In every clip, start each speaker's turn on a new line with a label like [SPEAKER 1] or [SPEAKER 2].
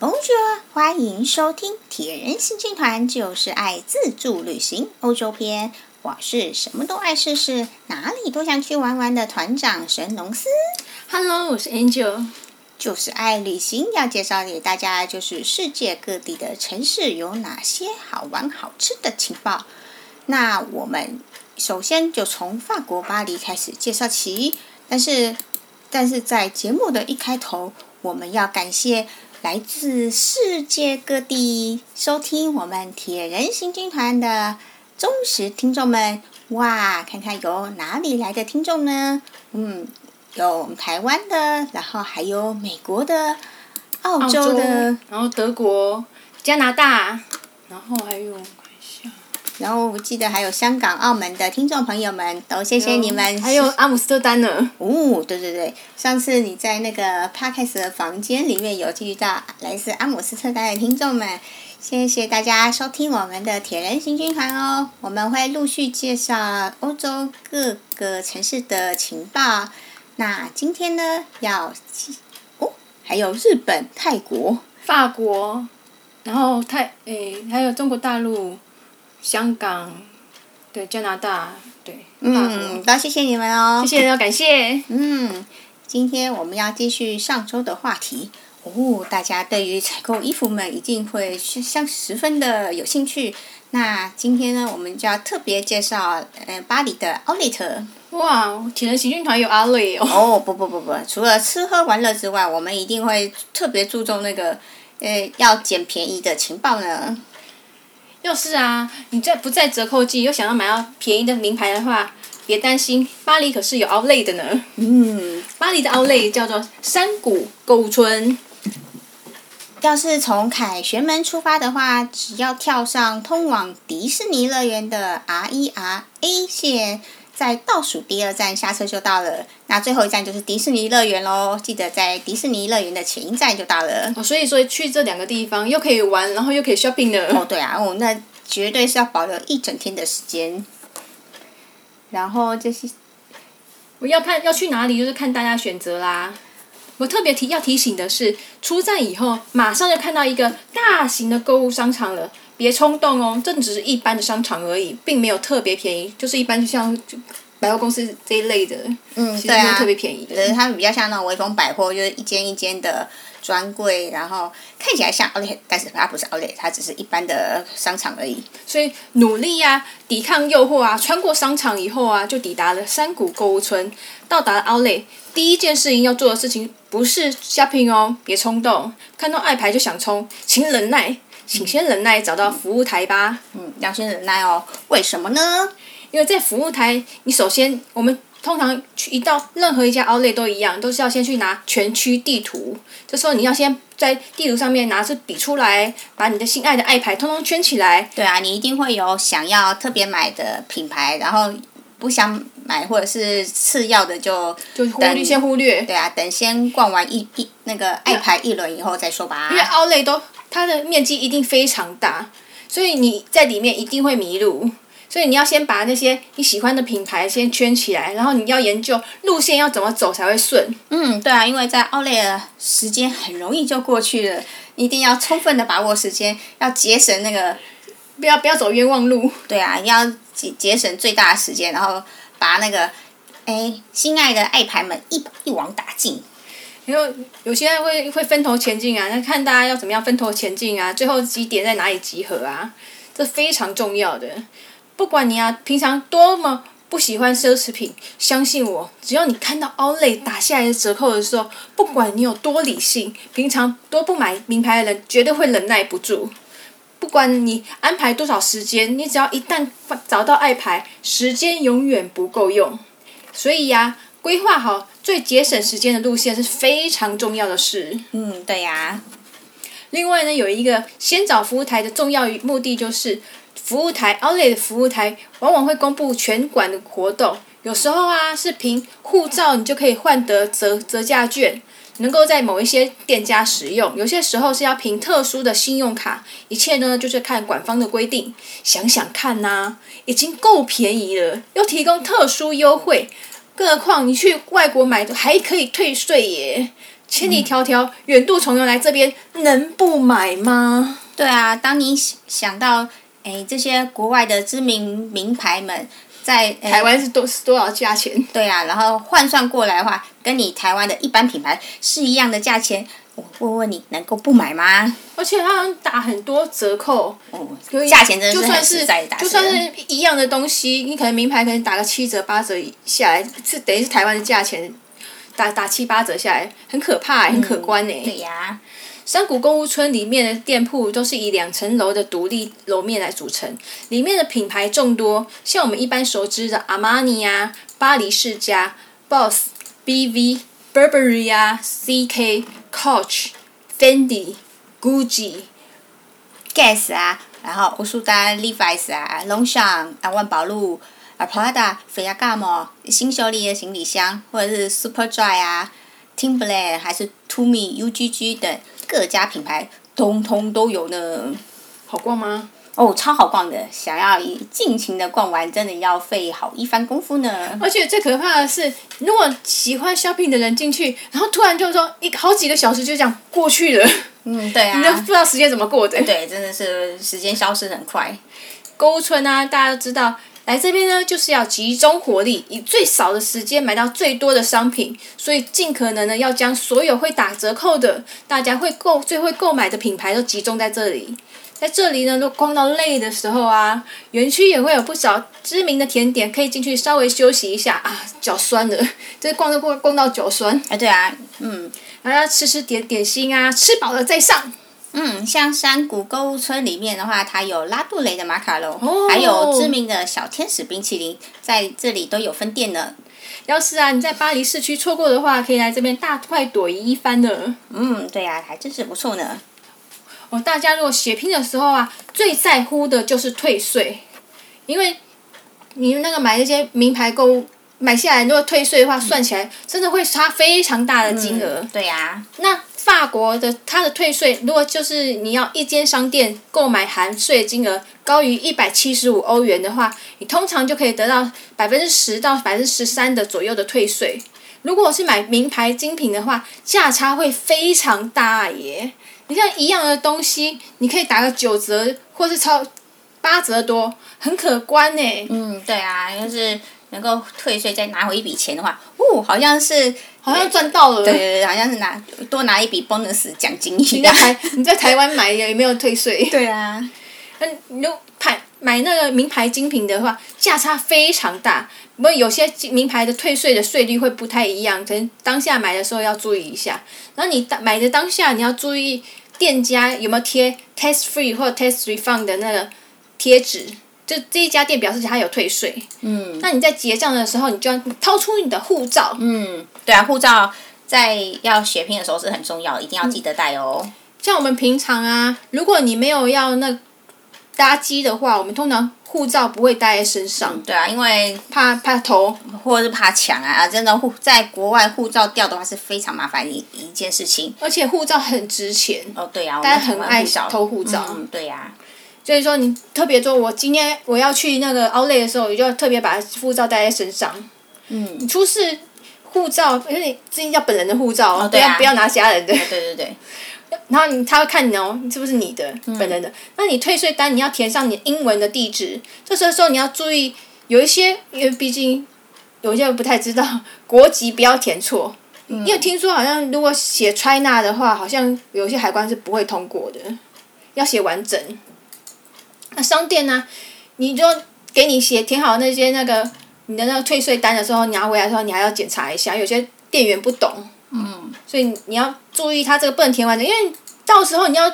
[SPEAKER 1] Bonjour，欢迎收听铁人行军团就是爱自助旅行欧洲篇。我是什么都爱试试，哪里都想去玩玩的团长神农斯，
[SPEAKER 2] Hello，我是 Angel。
[SPEAKER 1] 就是爱旅行。要介绍给大家就是世界各地的城市有哪些好玩好吃的情报。那我们首先就从法国巴黎开始介绍起，但是但是在节目的一开头，我们要感谢来自世界各地收听我们铁人行军团的忠实听众们。哇，看看有哪里来的听众呢？嗯，有我们台湾的，然后还有美国的、澳洲的，
[SPEAKER 2] 然后德国、加拿大，然后还有看一下
[SPEAKER 1] 然后我记得还有香港、澳门的听众朋友们，都谢谢你们。
[SPEAKER 2] 还有阿姆斯特丹呢。
[SPEAKER 1] 哦，对对对，上次你在那个 podcast 的房间里面有遇到来自阿姆斯特丹的听众们，谢谢大家收听我们的铁人行军团哦。我们会陆续介绍欧洲各个城市的情报。那今天呢，要哦，还有日本、泰国，
[SPEAKER 2] 法国，然后泰诶、还有中国大陆、香港，对，加拿大，对，法
[SPEAKER 1] 嗯，
[SPEAKER 2] 国。
[SPEAKER 1] 都谢谢你们哦。
[SPEAKER 2] 谢谢，要感谢。
[SPEAKER 1] 嗯，今天我们要继续上周的话题哦。大家对于采购衣服们一定会是像十分的有兴趣。那今天呢，我们就要特别介绍呃巴黎的 Outlet。
[SPEAKER 2] 哇，铁人行军团有阿累哦。
[SPEAKER 1] 哦，不不不不，除了吃喝玩乐之外，我们一定会特别注重那个呃要捡便宜的情报呢。
[SPEAKER 2] 要是啊，你在不在折扣季又想要买到便宜的名牌的话，别担心，巴黎可是有 Outlet 的呢。
[SPEAKER 1] 嗯，
[SPEAKER 2] 巴黎的 Outlet 叫做山谷购物村。
[SPEAKER 1] 要是从凯旋门出发的话，只要跳上通往迪士尼乐园的 R E R A 线，在倒数第二站下车就到了。那最后一站就是迪士尼乐园喽，记得在迪士尼乐园的前一站就到了。
[SPEAKER 2] 哦，所以说去这两个地方又可以玩，然后又可以 shopping
[SPEAKER 1] 哦，
[SPEAKER 2] 的。
[SPEAKER 1] 对啊，哦，那绝对是要保留一整天的时间。然后这些
[SPEAKER 2] 我要看要去哪里，就是看大家选择啦。我特别提要提醒的是，出站以后马上就看到一个大型的购物商场了，别冲动哦，这只是一般的商场而已，并没有特别便宜，就是一般就像就百货公司这一类的，
[SPEAKER 1] 嗯，
[SPEAKER 2] 其
[SPEAKER 1] 对
[SPEAKER 2] 实没有
[SPEAKER 1] 啊，
[SPEAKER 2] 特别便宜的。
[SPEAKER 1] 对，它比较像那种微风百货，就是一间一间的专柜，然后看起来像 outlet，但是它不是 outlet，它只是一般的商场而已。
[SPEAKER 2] 所以努力呀、抵抗诱惑啊！穿过商场以后啊，就抵达了山谷购物村。到达 Outlet，第一件事情要做的事情不是 shopping 哦，别冲动，看到爱牌就想冲，请忍耐，请先忍耐，找到服务台吧。
[SPEAKER 1] 嗯，要先忍耐哦。为什么呢？
[SPEAKER 2] 因为在服务台，你首先我们通常去一到任何一家 Outlet 都一样，都是要先去拿全区地图。这时候你要先在地图上面拿着笔出来，把你的心爱的爱牌通通圈起来，
[SPEAKER 1] 对啊，你一定会有想要特别买的品牌，然后不想买或者是次要的就
[SPEAKER 2] 就忽
[SPEAKER 1] 等
[SPEAKER 2] 略先忽略。
[SPEAKER 1] 对啊，等先逛完一一那个爱牌一轮以后再说吧
[SPEAKER 2] 因。为 Outlet 都它的面积一定非常大，所以你在里面一定会迷路。所以你要先把那些你喜欢的品牌先圈起来，然后你要研究路线要怎么走才会顺。
[SPEAKER 1] 嗯，对啊，因为在奥莱的时间很容易就过去了，你一定要充分的把握时间，要节省那个
[SPEAKER 2] 不要不要走冤枉路。
[SPEAKER 1] 对啊，要节节省最大的时间，然后把那个哎心爱的爱牌们一一网打尽。
[SPEAKER 2] 然后有些人会会分头前进啊，那看大家要怎么样分头前进啊，最后几点在哪里集合啊，这非常重要的。不管你啊平常多么不喜欢奢侈品，相信我，只要你看到 Olay 打下来的折扣的时候，不管你有多理性，平常多不买名牌的人绝对会忍耐不住。不管你安排多少时间，你只要一旦找到爱牌，时间永远不够用。所以呀、规划好最节省时间的路线是非常重要的事。
[SPEAKER 1] 嗯，对呀、
[SPEAKER 2] 另外呢，有一个先找服务台的重要目的就是，服务台 Outlet 的服务台往往会公布全馆的活动，有时候啊是凭护照你就可以换得折折价券，能够在某一些店家使用；有些时候是要凭特殊的信用卡，一切呢就是看馆方的规定。想想看呐、已经够便宜了，又提供特殊优惠，更何况你去外国买还可以退税耶。千里迢迢远渡重洋来这边，能不买吗？
[SPEAKER 1] 对啊，当你想想到哎这些国外的知名名牌们在哎
[SPEAKER 2] 台湾是多是多少价钱？
[SPEAKER 1] 对啊，然后换算过来的话，跟你台湾的一般品牌是一样的价钱，我问问你能够不买吗？
[SPEAKER 2] 而且他好像打很多折扣，
[SPEAKER 1] 哦
[SPEAKER 2] 所以，
[SPEAKER 1] 价钱真的
[SPEAKER 2] 就是算
[SPEAKER 1] 很
[SPEAKER 2] 是
[SPEAKER 1] 实在的打折，
[SPEAKER 2] 就算是一样的东西，你可能名牌可能打个七折八折下来，是等于是台湾的价钱，打打七八折下来，很可怕、欸很可观呢、
[SPEAKER 1] 嗯对呀、
[SPEAKER 2] 山谷购物村里面的店铺都是以两层楼的独立楼面来组成，里面的品牌众多，像我们一般熟知的阿玛尼啊、巴黎世家、Boss、BV、Burberry 啊、CK、Coach、Fendi、Gucci。
[SPEAKER 1] Guess 啊，然后欧舒丹、Levi's 啊、Longchamp 啊、万宝路啊、Prada、菲亚伽莫、新秀丽的行李箱，或者是 Superdry 啊、Timberland 还是 Tumi、UGG 等各家品牌，通通都有呢。
[SPEAKER 2] 好逛吗？
[SPEAKER 1] 哦，超好逛的，想要尽情的逛完，真的要费好一番功夫呢。
[SPEAKER 2] 而且最可怕的是，如果喜欢 shopping 的人进去，然后突然就说一好几个小时就这样过去了，
[SPEAKER 1] 嗯，对
[SPEAKER 2] 你都
[SPEAKER 1] 啊
[SPEAKER 2] 不，知道时间怎么过的。
[SPEAKER 1] 对，真的是时间消失得很快。
[SPEAKER 2] 购物村啊，大家都知道，来这边呢就是要集中火力，以最少的时间买到最多的商品，所以尽可能呢要将所有会打折扣的、大家会购最会购买的品牌都集中在这里。在这里呢，如果逛到累的时候啊，园区也会有不少知名的甜点，可以进去稍微休息一下啊，脚酸了，这逛着逛逛到脚酸，
[SPEAKER 1] 哎，对啊，嗯，
[SPEAKER 2] 然后吃吃点点心啊，吃饱了再上。
[SPEAKER 1] 嗯，像山谷购物村里面的话，它有拉杜雷的马卡龙，
[SPEAKER 2] 哦
[SPEAKER 1] 还有知名的小天使冰淇淋，在这里都有分店呢。
[SPEAKER 2] 要是啊你在巴黎市区错过的话，可以来这边大快朵颐一番的。
[SPEAKER 1] 嗯，对啊，还真是不错呢。
[SPEAKER 2] 哦，大家如果血拼的时候啊，最在乎的就是退税，因为你那个买那些名牌购物买下来，如果退税的话，算起来真的会差非常大的金额。
[SPEAKER 1] 嗯对啊，
[SPEAKER 2] 那法国的它的退税，如果就是你要一间商店购买含税金额高于一百七十五欧元的话，你通常就可以得到百分之十到百分之十三的左右的退税。如果是买名牌精品的话，价差会非常大耶。你看一样的东西，你可以打个九折，或是超八折多，很可观呢。
[SPEAKER 1] 嗯，对啊，要是能够退税再拿回一笔钱的话，哦，好像是，
[SPEAKER 2] 好像赚到了。
[SPEAKER 1] 对对对，好像是拿多拿一笔 bonus 奖金一
[SPEAKER 2] 你在
[SPEAKER 1] 样。 啊
[SPEAKER 2] 台你在台湾买也没有退税。
[SPEAKER 1] 对啊，
[SPEAKER 2] 嗯，你就牌买那个名牌精品的话，价差非常大。不过有些精名牌的退税的税率会不太一样，可能当下买的时候要注意一下。然后你当买的当下你要注意店家有没有贴 tax free 或 tax refund 的那个贴纸，就这一家店表示它有退税。
[SPEAKER 1] 嗯
[SPEAKER 2] 那你在结账的时候，你就要掏出你的护照。
[SPEAKER 1] 嗯，对啊，护照在要血拼的时候是很重要，一定要记得带哦。
[SPEAKER 2] 像我们平常啊，如果你没有要那搭机的话，我们通常护照不会带在身上，
[SPEAKER 1] 对啊，因为
[SPEAKER 2] 怕怕头。
[SPEAKER 1] 或者是怕抢啊啊，真的护在国外护照掉的话是非常麻烦的一一件事情。
[SPEAKER 2] 而且护照很值钱，
[SPEAKER 1] 哦，对啊，我
[SPEAKER 2] 大
[SPEAKER 1] 们
[SPEAKER 2] 家很
[SPEAKER 1] 台湾
[SPEAKER 2] 爱
[SPEAKER 1] 护照
[SPEAKER 2] 偷护照
[SPEAKER 1] 嗯，对 呀、
[SPEAKER 2] 所以说你特别做。我今天我要去那个 Outlet 的时候，我就要特别把护照带在身上。
[SPEAKER 1] 嗯，
[SPEAKER 2] 你出示护照，因为你自己要本人的护照，哦不
[SPEAKER 1] 对
[SPEAKER 2] 要、
[SPEAKER 1] 啊
[SPEAKER 2] 不要拿家 人的。
[SPEAKER 1] 对对对，
[SPEAKER 2] 然后你他会看你哦，你是不是你的、
[SPEAKER 1] 嗯
[SPEAKER 2] 本人的？那你退税单你要填上你英文的地址，这时候你要注意，有一些因为毕竟有些人不太知道国籍，不要填错。
[SPEAKER 1] 嗯
[SPEAKER 2] 因为听说好像如果写 China 的话，好像有些海关是不会通过的，要写完整。那商店呢、你就给你写填好那些那个你的那个退税单的时候，拿回来的时候你还要检查一下，有些店员不懂，
[SPEAKER 1] 嗯，
[SPEAKER 2] 所以你要注意它这个不能填完整，因为到时候你要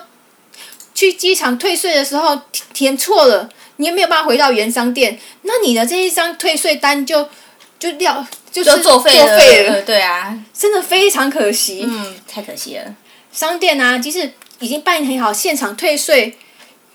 [SPEAKER 2] 去机场退税的时候填填错了，你也没有办法回到原商店，那你的这一张退税单就就料就是
[SPEAKER 1] 就作废了，
[SPEAKER 2] 作废了
[SPEAKER 1] 呃对啊，
[SPEAKER 2] 真的非常可惜。
[SPEAKER 1] 嗯，太可惜了。
[SPEAKER 2] 商店啊，即使已经办理好现场退税。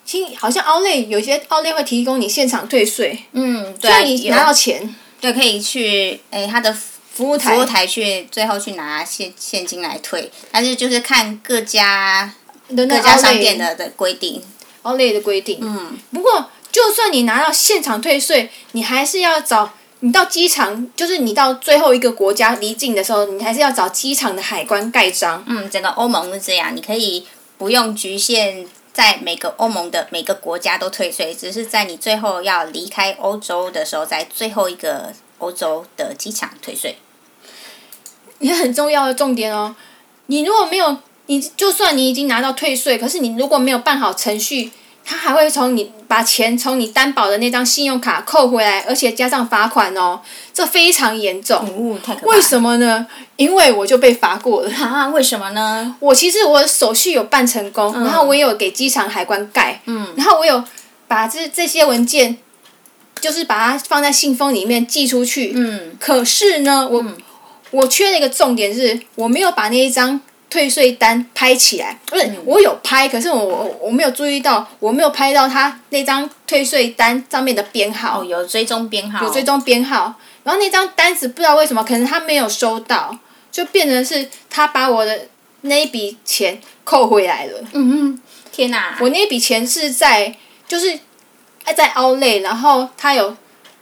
[SPEAKER 2] 其好像奥莱有些奥莱会提供你现场退税，
[SPEAKER 1] 嗯，对
[SPEAKER 2] 那
[SPEAKER 1] 啊，
[SPEAKER 2] 你
[SPEAKER 1] 有
[SPEAKER 2] 拿到钱，
[SPEAKER 1] 对可以去诶，他的
[SPEAKER 2] 服务台
[SPEAKER 1] 服务台去最后去拿现现金来退，但是就是看各家
[SPEAKER 2] 的那
[SPEAKER 1] 各家商店的的规定。
[SPEAKER 2] 奥莱的规定。
[SPEAKER 1] 嗯，
[SPEAKER 2] 不过，就算你拿到现场退税，你还是要找你到机场，就是你到最后一个国家离境的时候，你还是要找机场的海关盖章。
[SPEAKER 1] 嗯，整个欧盟是这样，你可以不用局限在每个欧盟的每个国家都退税，只是在你最后要离开欧洲的时候，在最后一个欧洲的机场退税。
[SPEAKER 2] 也很重要的重点哦。你如果没有，你就算你已经拿到退税，可是你如果没有办好程序，他还会从你把钱从你担保的那张信用卡扣回来，而且加上罚款哦，这非常严重。
[SPEAKER 1] 哦，太可
[SPEAKER 2] 为什么呢？因为我就被罚过了。
[SPEAKER 1] 啊？为什么呢？
[SPEAKER 2] 我其实我手续有办成功，
[SPEAKER 1] 嗯
[SPEAKER 2] 然后我也有给机场海关盖，
[SPEAKER 1] 嗯
[SPEAKER 2] 然后我有把这这些文件，就是把它放在信封里面寄出去。
[SPEAKER 1] 嗯
[SPEAKER 2] 可是呢，我、
[SPEAKER 1] 嗯
[SPEAKER 2] 我缺了一个重点是，我没有把那一张退税单拍起来，不是、
[SPEAKER 1] 嗯
[SPEAKER 2] 我有拍，可是我我我没有注意到，我没有拍到他那张退税单上面的编号，
[SPEAKER 1] 哦，有追踪编号，
[SPEAKER 2] 有追踪编号，然后那张单子不知道为什么，可能他没有收到，就变成是他把我的那一笔钱扣回来了。
[SPEAKER 1] 嗯嗯，天哪、
[SPEAKER 2] 我那笔钱是在就是在凹类，然后他有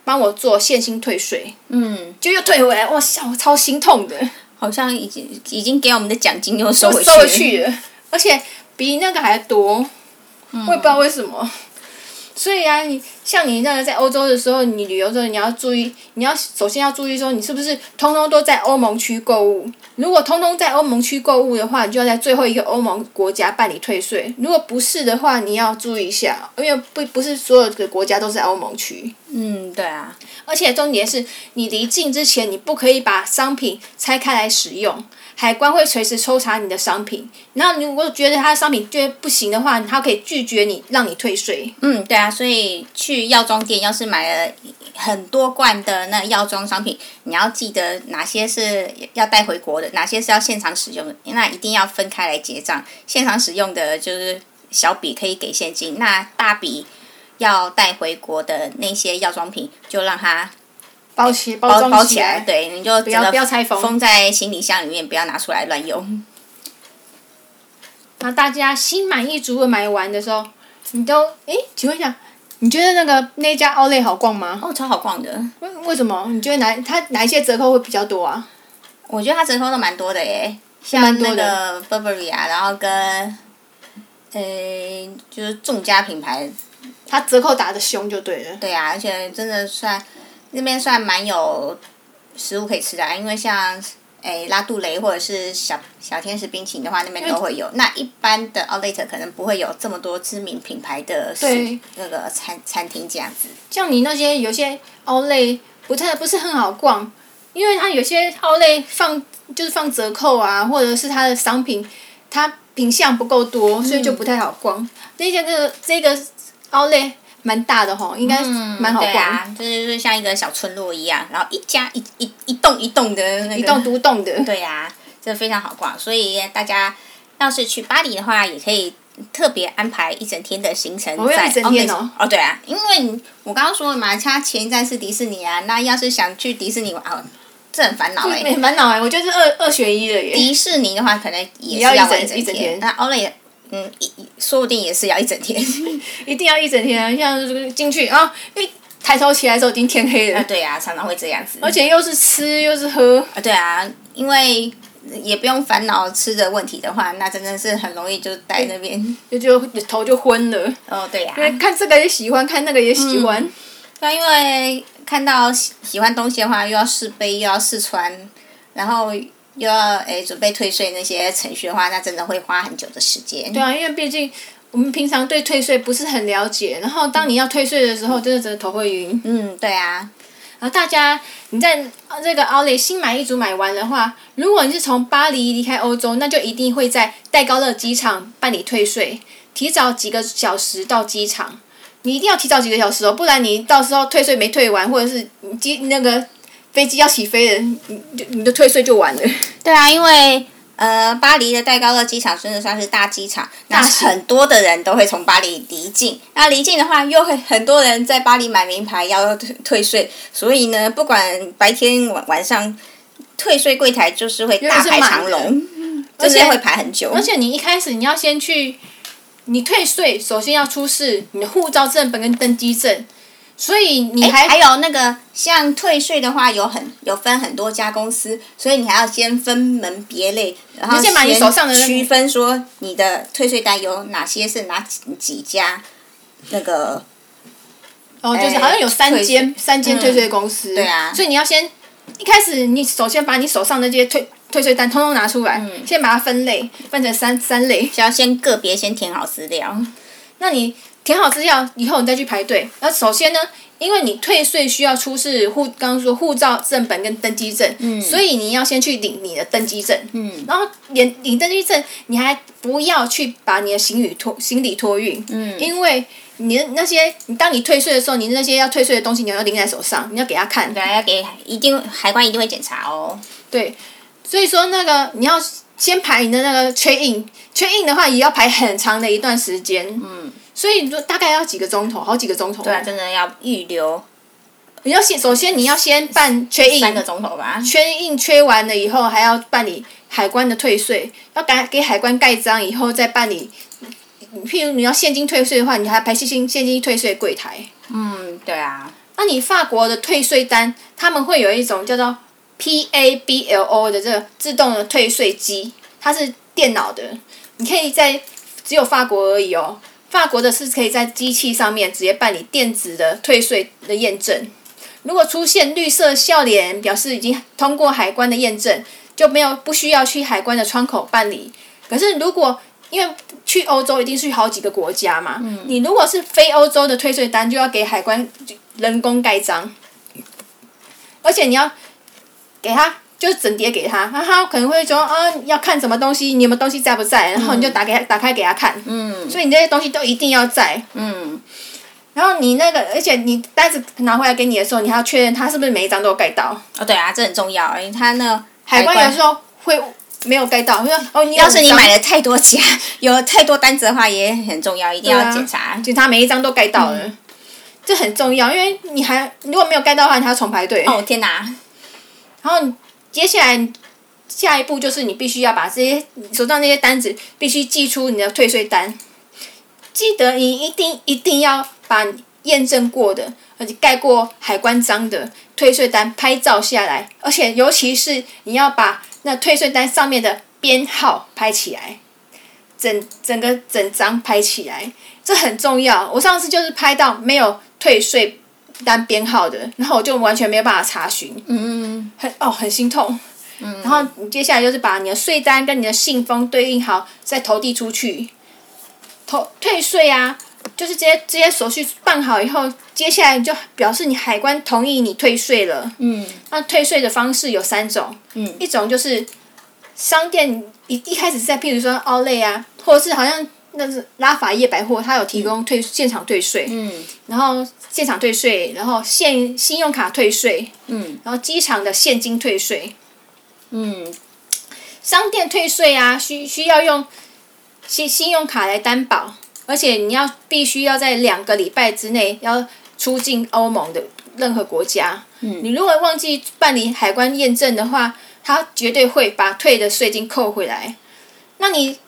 [SPEAKER 2] 帮我做现金退税。
[SPEAKER 1] 嗯，
[SPEAKER 2] 就又退回来，哇，吓我超心痛的，
[SPEAKER 1] 好像已经已经给我们的奖金又收回去，
[SPEAKER 2] 收回去了，而且比那个还多，我也不知道为什么。所以啊，你像你那个在欧洲的时候，你旅游的时候，你要注意，你要首先要注意说，你是不是通通都在欧盟区购物？如果通通在欧盟区购物的话，你就要在最后一个欧盟国家办理退税；如果不是的话，你要注意一下，因为不不是所有的国家都是欧盟区。
[SPEAKER 1] 嗯，对啊，
[SPEAKER 2] 而且重点是你离境之前，你不可以把商品拆开来使用，海关会随时抽查你的商品。然后你如果觉得他的商品觉得不行的话，他可以拒绝你，让你退税。
[SPEAKER 1] 嗯，对啊，所以去药妆店，要是买了很多罐的那药妆商品，你要记得哪些是要带回国的，哪些是要现场使用的，那一定要分开来结账。现场使用的就是小笔可以给现金，那大笔要带回国的那些药妆品，就让它
[SPEAKER 2] 包起包
[SPEAKER 1] 包
[SPEAKER 2] 装
[SPEAKER 1] 包
[SPEAKER 2] 起
[SPEAKER 1] 起来，
[SPEAKER 2] 来，
[SPEAKER 1] 对，你就
[SPEAKER 2] 不要
[SPEAKER 1] 整个
[SPEAKER 2] 不要拆封
[SPEAKER 1] 封在行李箱里面，不要拿出来乱用。
[SPEAKER 2] 然后大家心满意足的买完的时候，你都诶，请问一下，你觉得那个那家奥莱好逛吗？
[SPEAKER 1] 哦，超好逛的，
[SPEAKER 2] 为为什么？你觉得哪它哪一些折扣会比较多啊？
[SPEAKER 1] 我觉得它折扣都蛮多的耶，像
[SPEAKER 2] 蛮多
[SPEAKER 1] 那
[SPEAKER 2] 的
[SPEAKER 1] 个 Burberry 啊，然后跟，呃，就是众家品牌，
[SPEAKER 2] 它折扣打的凶就对了。
[SPEAKER 1] 对啊，而且真的算那边算蛮有食物可以吃的、啊，因为像。诶拉杜雷或者是小小天使冰淇淋的话，那边都会有。那一般的 outlet 可能不会有这么多知名品牌的食
[SPEAKER 2] 对
[SPEAKER 1] 那个餐餐厅这样子。
[SPEAKER 2] 像你那些有些奥类不太不是很好逛，因为它有些奥类放就是放折扣啊，或者是它的商品它品相不够多，
[SPEAKER 1] 嗯
[SPEAKER 2] 所以就不太好逛。这些这个这个奥类蛮大的吼，应该
[SPEAKER 1] 嗯，
[SPEAKER 2] 蛮好
[SPEAKER 1] 对
[SPEAKER 2] 逛，
[SPEAKER 1] 啊，就是就是像一个小村落一样，然后一家一一一栋一栋的那个，
[SPEAKER 2] 一栋独栋的。
[SPEAKER 1] 对呀、这非常好逛，所以大家要是去巴黎的话，也可以特别安排一整天的行程
[SPEAKER 2] 哦要
[SPEAKER 1] 在
[SPEAKER 2] 一整天哦
[SPEAKER 1] 哦对啊，因为你我刚刚说了嘛，它前一站是迪士尼啊，那要是想去迪士尼玩，哦，这很烦恼哎、
[SPEAKER 2] 对，蛮恼哎，我觉得是二二选一的耶。
[SPEAKER 1] 迪士尼的话，可能也是
[SPEAKER 2] 也要一
[SPEAKER 1] 玩
[SPEAKER 2] 整
[SPEAKER 1] 整
[SPEAKER 2] 一整天
[SPEAKER 1] 那欧蕾，嗯，一一说不定也是要一整天。
[SPEAKER 2] 一定要一整天啊，像这个进去啊，一抬头起来的时候已经天黑
[SPEAKER 1] 啊，
[SPEAKER 2] 了，
[SPEAKER 1] 对啊，常常会这样子。
[SPEAKER 2] 而且又是吃又是喝，
[SPEAKER 1] 啊，对啊，因为也不用烦恼吃的问题的话，那真的是很容易就待那边。
[SPEAKER 2] 就就头就昏了。
[SPEAKER 1] 哦，对呀、
[SPEAKER 2] 因为看这个也喜欢，看那个也喜欢。
[SPEAKER 1] 那啊因为看到喜喜欢东西的话，又要试背，又要试穿，然后又要诶准备退税那些程序的话，那真的会花很久的时间。
[SPEAKER 2] 对啊，因为毕竟我们平常对退税不是很了解，然后当你要退税的时候，真的真的头会晕。
[SPEAKER 1] 嗯，对啊，
[SPEAKER 2] 然后大家你在这个奥莱心满意足买完的话，如果你是从巴黎离开欧洲，那就一定会在戴高乐机场办理退税，提早几个小时到机场。你一定要提早几个小时哦，不然你到时候退税没退完，或者是你机那个飞机要起飞了，你你就你的退税就完了。
[SPEAKER 1] 对啊，因为呃，巴黎的戴高乐机场真的算是大机场，那
[SPEAKER 2] 型
[SPEAKER 1] 很多的人都会从巴黎离境。那离境的话，又会很多人在巴黎买名牌要退退税，所以呢，不管白天晚晚上，退税柜台就是会
[SPEAKER 2] 因为
[SPEAKER 1] 大
[SPEAKER 2] 是
[SPEAKER 1] 排
[SPEAKER 2] 满
[SPEAKER 1] 长
[SPEAKER 2] 的
[SPEAKER 1] 龙，真
[SPEAKER 2] 而且
[SPEAKER 1] 的会排很久。
[SPEAKER 2] 而且你一开始你要先去，你退税，首先要出示你的护照正本跟登机证，所以你
[SPEAKER 1] 哎，
[SPEAKER 2] 还
[SPEAKER 1] 还有那个像退税的话，有很有分很多家公司，所以你还要先分门别类，然后
[SPEAKER 2] 你先把你手上的那个
[SPEAKER 1] 区分说你的退税单有哪些是哪几几家那个
[SPEAKER 2] 哦，就是
[SPEAKER 1] 哎
[SPEAKER 2] 好像有三
[SPEAKER 1] 退
[SPEAKER 2] 间三间
[SPEAKER 1] 嗯
[SPEAKER 2] 退税公司、
[SPEAKER 1] 对啊
[SPEAKER 2] 所以你要先一开始你首先把你手上那些退退税单通通拿出来，
[SPEAKER 1] 嗯
[SPEAKER 2] 先把它分类，分成三三类。
[SPEAKER 1] 需要先个别先填好资料，
[SPEAKER 2] 那你填好资料以后，你再去排队。那首先呢，因为你退税需要出示护，刚刚说护照正本跟登机证，所以你要先去领你的登机证，
[SPEAKER 1] 嗯
[SPEAKER 2] 然后领领登机证，你还不要去把你的行李托行李托运，
[SPEAKER 1] 嗯
[SPEAKER 2] 因为你的那些，你当你退税的时候，你那些要退税的东西，你要拎在手上，你要给他看，
[SPEAKER 1] 对啊，要给一定海关一定会检查哦。
[SPEAKER 2] 对，所以说那个你要先排你的那个 check in check in 的话，也要排很长的一段时间，
[SPEAKER 1] 嗯，
[SPEAKER 2] 所以你就大概要几个钟头，好几个钟头，
[SPEAKER 1] 对啊，真的要预留
[SPEAKER 2] 你要先，首先你要先办缺印，
[SPEAKER 1] 三个钟头吧。
[SPEAKER 2] 缺印缺完了以后，还要办理海关的退税，要改给海关盖章以后再办理。譬如你要现金退税的话，你还排现金现金退税柜台。
[SPEAKER 1] 嗯，对啊，
[SPEAKER 2] 那你法国的退税单，他们会有一种叫做 PABLO 的这个自动的退税机，它是电脑的，你可以在只有法国而已哦。法国的是可以在机器上面直接办理电子的退税的验证，如果出现绿色笑脸，表示已经通过海关的验证，就没有不需要去海关的窗口办理。可是如果因为去欧洲一定是去好几个国家嘛，你如果是非欧洲的退税单，就要给海关人工盖章，而且你要给他就是整叠给他，那他可能会说啊要看什么东西，你有没有东西在不在，然后你就打给他、打开给他看，
[SPEAKER 1] 嗯
[SPEAKER 2] 所以你这些东西都一定要在。
[SPEAKER 1] 嗯，
[SPEAKER 2] 然后你那个，而且你单子拿回来给你的时候，你还要确认他是不是每一张都有盖到。
[SPEAKER 1] 哦对啊，这很重要，因为他那个
[SPEAKER 2] 海
[SPEAKER 1] 关
[SPEAKER 2] 关有时候会没有盖到，会说哦，你
[SPEAKER 1] 要是你买
[SPEAKER 2] 的
[SPEAKER 1] 了太多家，有太多单子的话，也很重要，一定要检查。
[SPEAKER 2] 检查每一张都盖到了，
[SPEAKER 1] 嗯
[SPEAKER 2] 这很重要，因为你还如果没有盖到的话，你还要重排队。
[SPEAKER 1] 哦天哪，
[SPEAKER 2] 然后你接下来下一步就是你必须要把这些你手上那些单子必须寄出你的退税单，记得你一定一定要把验证过的，而且盖过海关章的退税单拍照下来，而且尤其是你要把那退税单上面的编号拍起来，整整个整张拍起来，这很重要。我上次就是拍到没有退税单编号的，然后我就完全没有办法查询。
[SPEAKER 1] 嗯，
[SPEAKER 2] 很哦很心痛。然后你接下来就是把你的税单跟你的信封对应好，再投递出去。投退税啊，就是这些这些手续办好以后，接下来你就表示你海关同意你退税了。
[SPEAKER 1] 嗯，
[SPEAKER 2] 那退税的方式有三种，
[SPEAKER 1] 嗯
[SPEAKER 2] 一种就是商店一一开始是在譬如说奥莱啊，或者是好像那是拉法叶百货，它有提供退、现场退税，
[SPEAKER 1] 嗯
[SPEAKER 2] 然后现场退税，然后现信用卡退税，
[SPEAKER 1] 嗯
[SPEAKER 2] 然后机场的现金退税。
[SPEAKER 1] 嗯
[SPEAKER 2] 商店退税啊，需需要用信信用卡来担保，而且你要必须要在两个礼拜之内要出境欧盟的任何国家。嗯，你如果忘记办理海关验证的话，他绝对会把退的税金扣回来。那你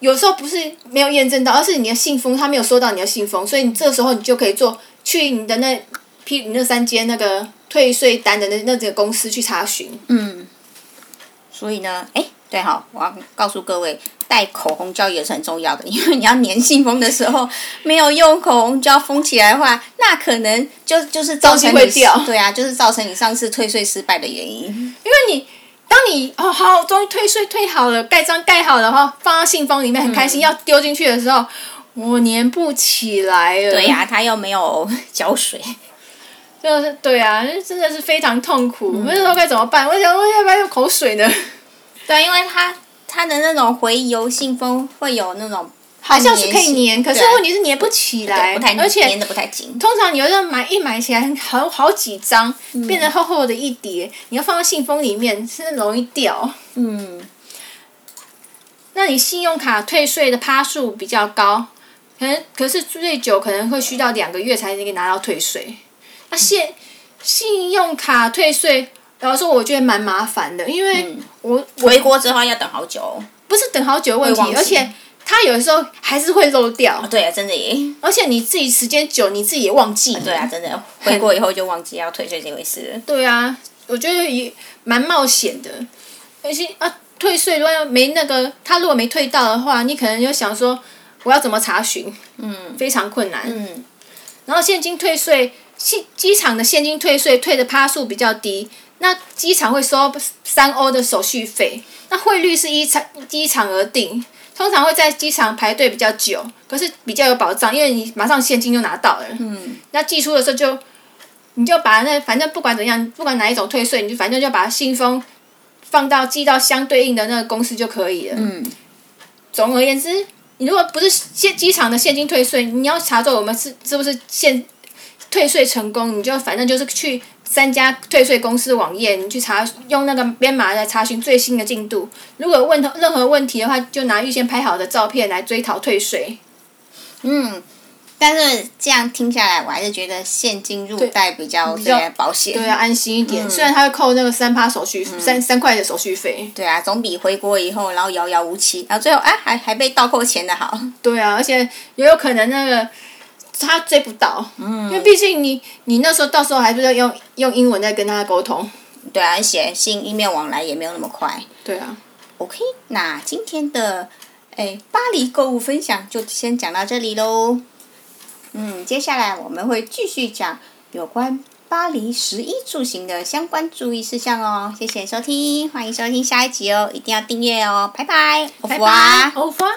[SPEAKER 2] 有时候不是没有验证到，而是你的信封他没有收到你的信封，所以你这时候你就可以做去你的那批你那三间那个退税单的那那几个公司去查询。
[SPEAKER 1] 嗯。所以呢，哎，对哈，我要告诉各位，带口红胶也是很重要的，因为你要粘信封的时候，没有用口红胶封起来的话，那可能就就是造成你
[SPEAKER 2] 东西会掉
[SPEAKER 1] 对啊，就是造成你上次退税失败的原 因。
[SPEAKER 2] 因为你当你哦好，终于退税退好了，盖章盖好了，然后放到信封里面，很开
[SPEAKER 1] 嗯
[SPEAKER 2] 心，要丢进去的时候，我粘不起来了。
[SPEAKER 1] 对、呀、它又没有胶水。
[SPEAKER 2] 就是对啊，真的是非常痛
[SPEAKER 1] 嗯
[SPEAKER 2] 苦。我那时候该怎么办？我想我要不要用口水呢？
[SPEAKER 1] 对，因为它它的那种回邮信封会有那种
[SPEAKER 2] 好像是可
[SPEAKER 1] 很
[SPEAKER 2] 以
[SPEAKER 1] 粘性
[SPEAKER 2] 粘，可是
[SPEAKER 1] 对
[SPEAKER 2] 问题是粘不起来
[SPEAKER 1] 对，不太
[SPEAKER 2] 哎而且
[SPEAKER 1] 粘的不太紧。
[SPEAKER 2] 通常你要是买一买起来好好几张，
[SPEAKER 1] 嗯
[SPEAKER 2] 变成厚厚的一叠，你要放到信封里面，真的容易掉。
[SPEAKER 1] 嗯
[SPEAKER 2] 那你信用卡退税的趴数比较高，可能可是最久可能会需到两个月才能拿到退税。
[SPEAKER 1] 嗯
[SPEAKER 2] 那现信用卡退税，然后说我觉得蛮
[SPEAKER 1] 嗯
[SPEAKER 2] 麻烦的，因为我、我
[SPEAKER 1] 回国之后要等好久。哦
[SPEAKER 2] 不是等好久的问
[SPEAKER 1] 会忘
[SPEAKER 2] 题，
[SPEAKER 1] 记
[SPEAKER 2] 而且它有的时候还是会漏掉
[SPEAKER 1] 哦，，对啊，真的 耶，
[SPEAKER 2] 而且你自己时间久，你自己也忘记了。
[SPEAKER 1] 对啊，真的，回国以后就忘记要退税这回事了。
[SPEAKER 2] 对啊，我觉得也蛮冒险的，而且啊，退税如果没那个，他如果没退到的话，你可能就想说我要怎么查询，
[SPEAKER 1] 嗯
[SPEAKER 2] 非常困难。
[SPEAKER 1] 嗯，
[SPEAKER 2] 然后现金退税，现机场的现金退税退的趴数比较低，那机场会收三欧的手续费，那汇率是依场依场而定，通常会在机场排队比较久，可是比较有保障，因为你马上现金就拿到了。
[SPEAKER 1] 嗯，
[SPEAKER 2] 那寄出的时候就，你就把那反正不管怎样，不管哪一种退税，你就反正就把信封放到寄到相对应的那个公司就可以了。
[SPEAKER 1] 嗯，
[SPEAKER 2] 总而言之，你如果不是现机场的现金退税，你要查找我们是是不是现退税成功，你就反正就是去三家退税公司的网页，你去查用那个编码来查询最新的进度。如果有问任何问题的话，就拿预先拍好的照片来追讨退税。
[SPEAKER 1] 嗯，但是这样听下来，我还是觉得现金入袋比较
[SPEAKER 2] 较
[SPEAKER 1] 对保险。
[SPEAKER 2] 对啊，安心一点。虽然他会扣那个三趴手续三三块的手续费，
[SPEAKER 1] 对啊，总比回国以后然后遥遥无期，然后最后哎、还还被倒扣钱的好。
[SPEAKER 2] 对啊，而且也有可能那个他追不到，因为毕竟你你那时候到时候还不是要用用英文在跟他沟通。
[SPEAKER 1] 对啊，写信 email 往来也没有那么快。
[SPEAKER 2] 对啊，
[SPEAKER 1] OK，那今天的哎巴黎购物分享就先讲到这里喽。嗯，接下来我们会继续讲有关巴黎食衣住行的相关注意事项哦。谢谢收听，欢迎收听下一集哦，一定要订阅哦，拜拜，
[SPEAKER 2] 拜
[SPEAKER 1] 欧福啊
[SPEAKER 2] 拜，欧福啊。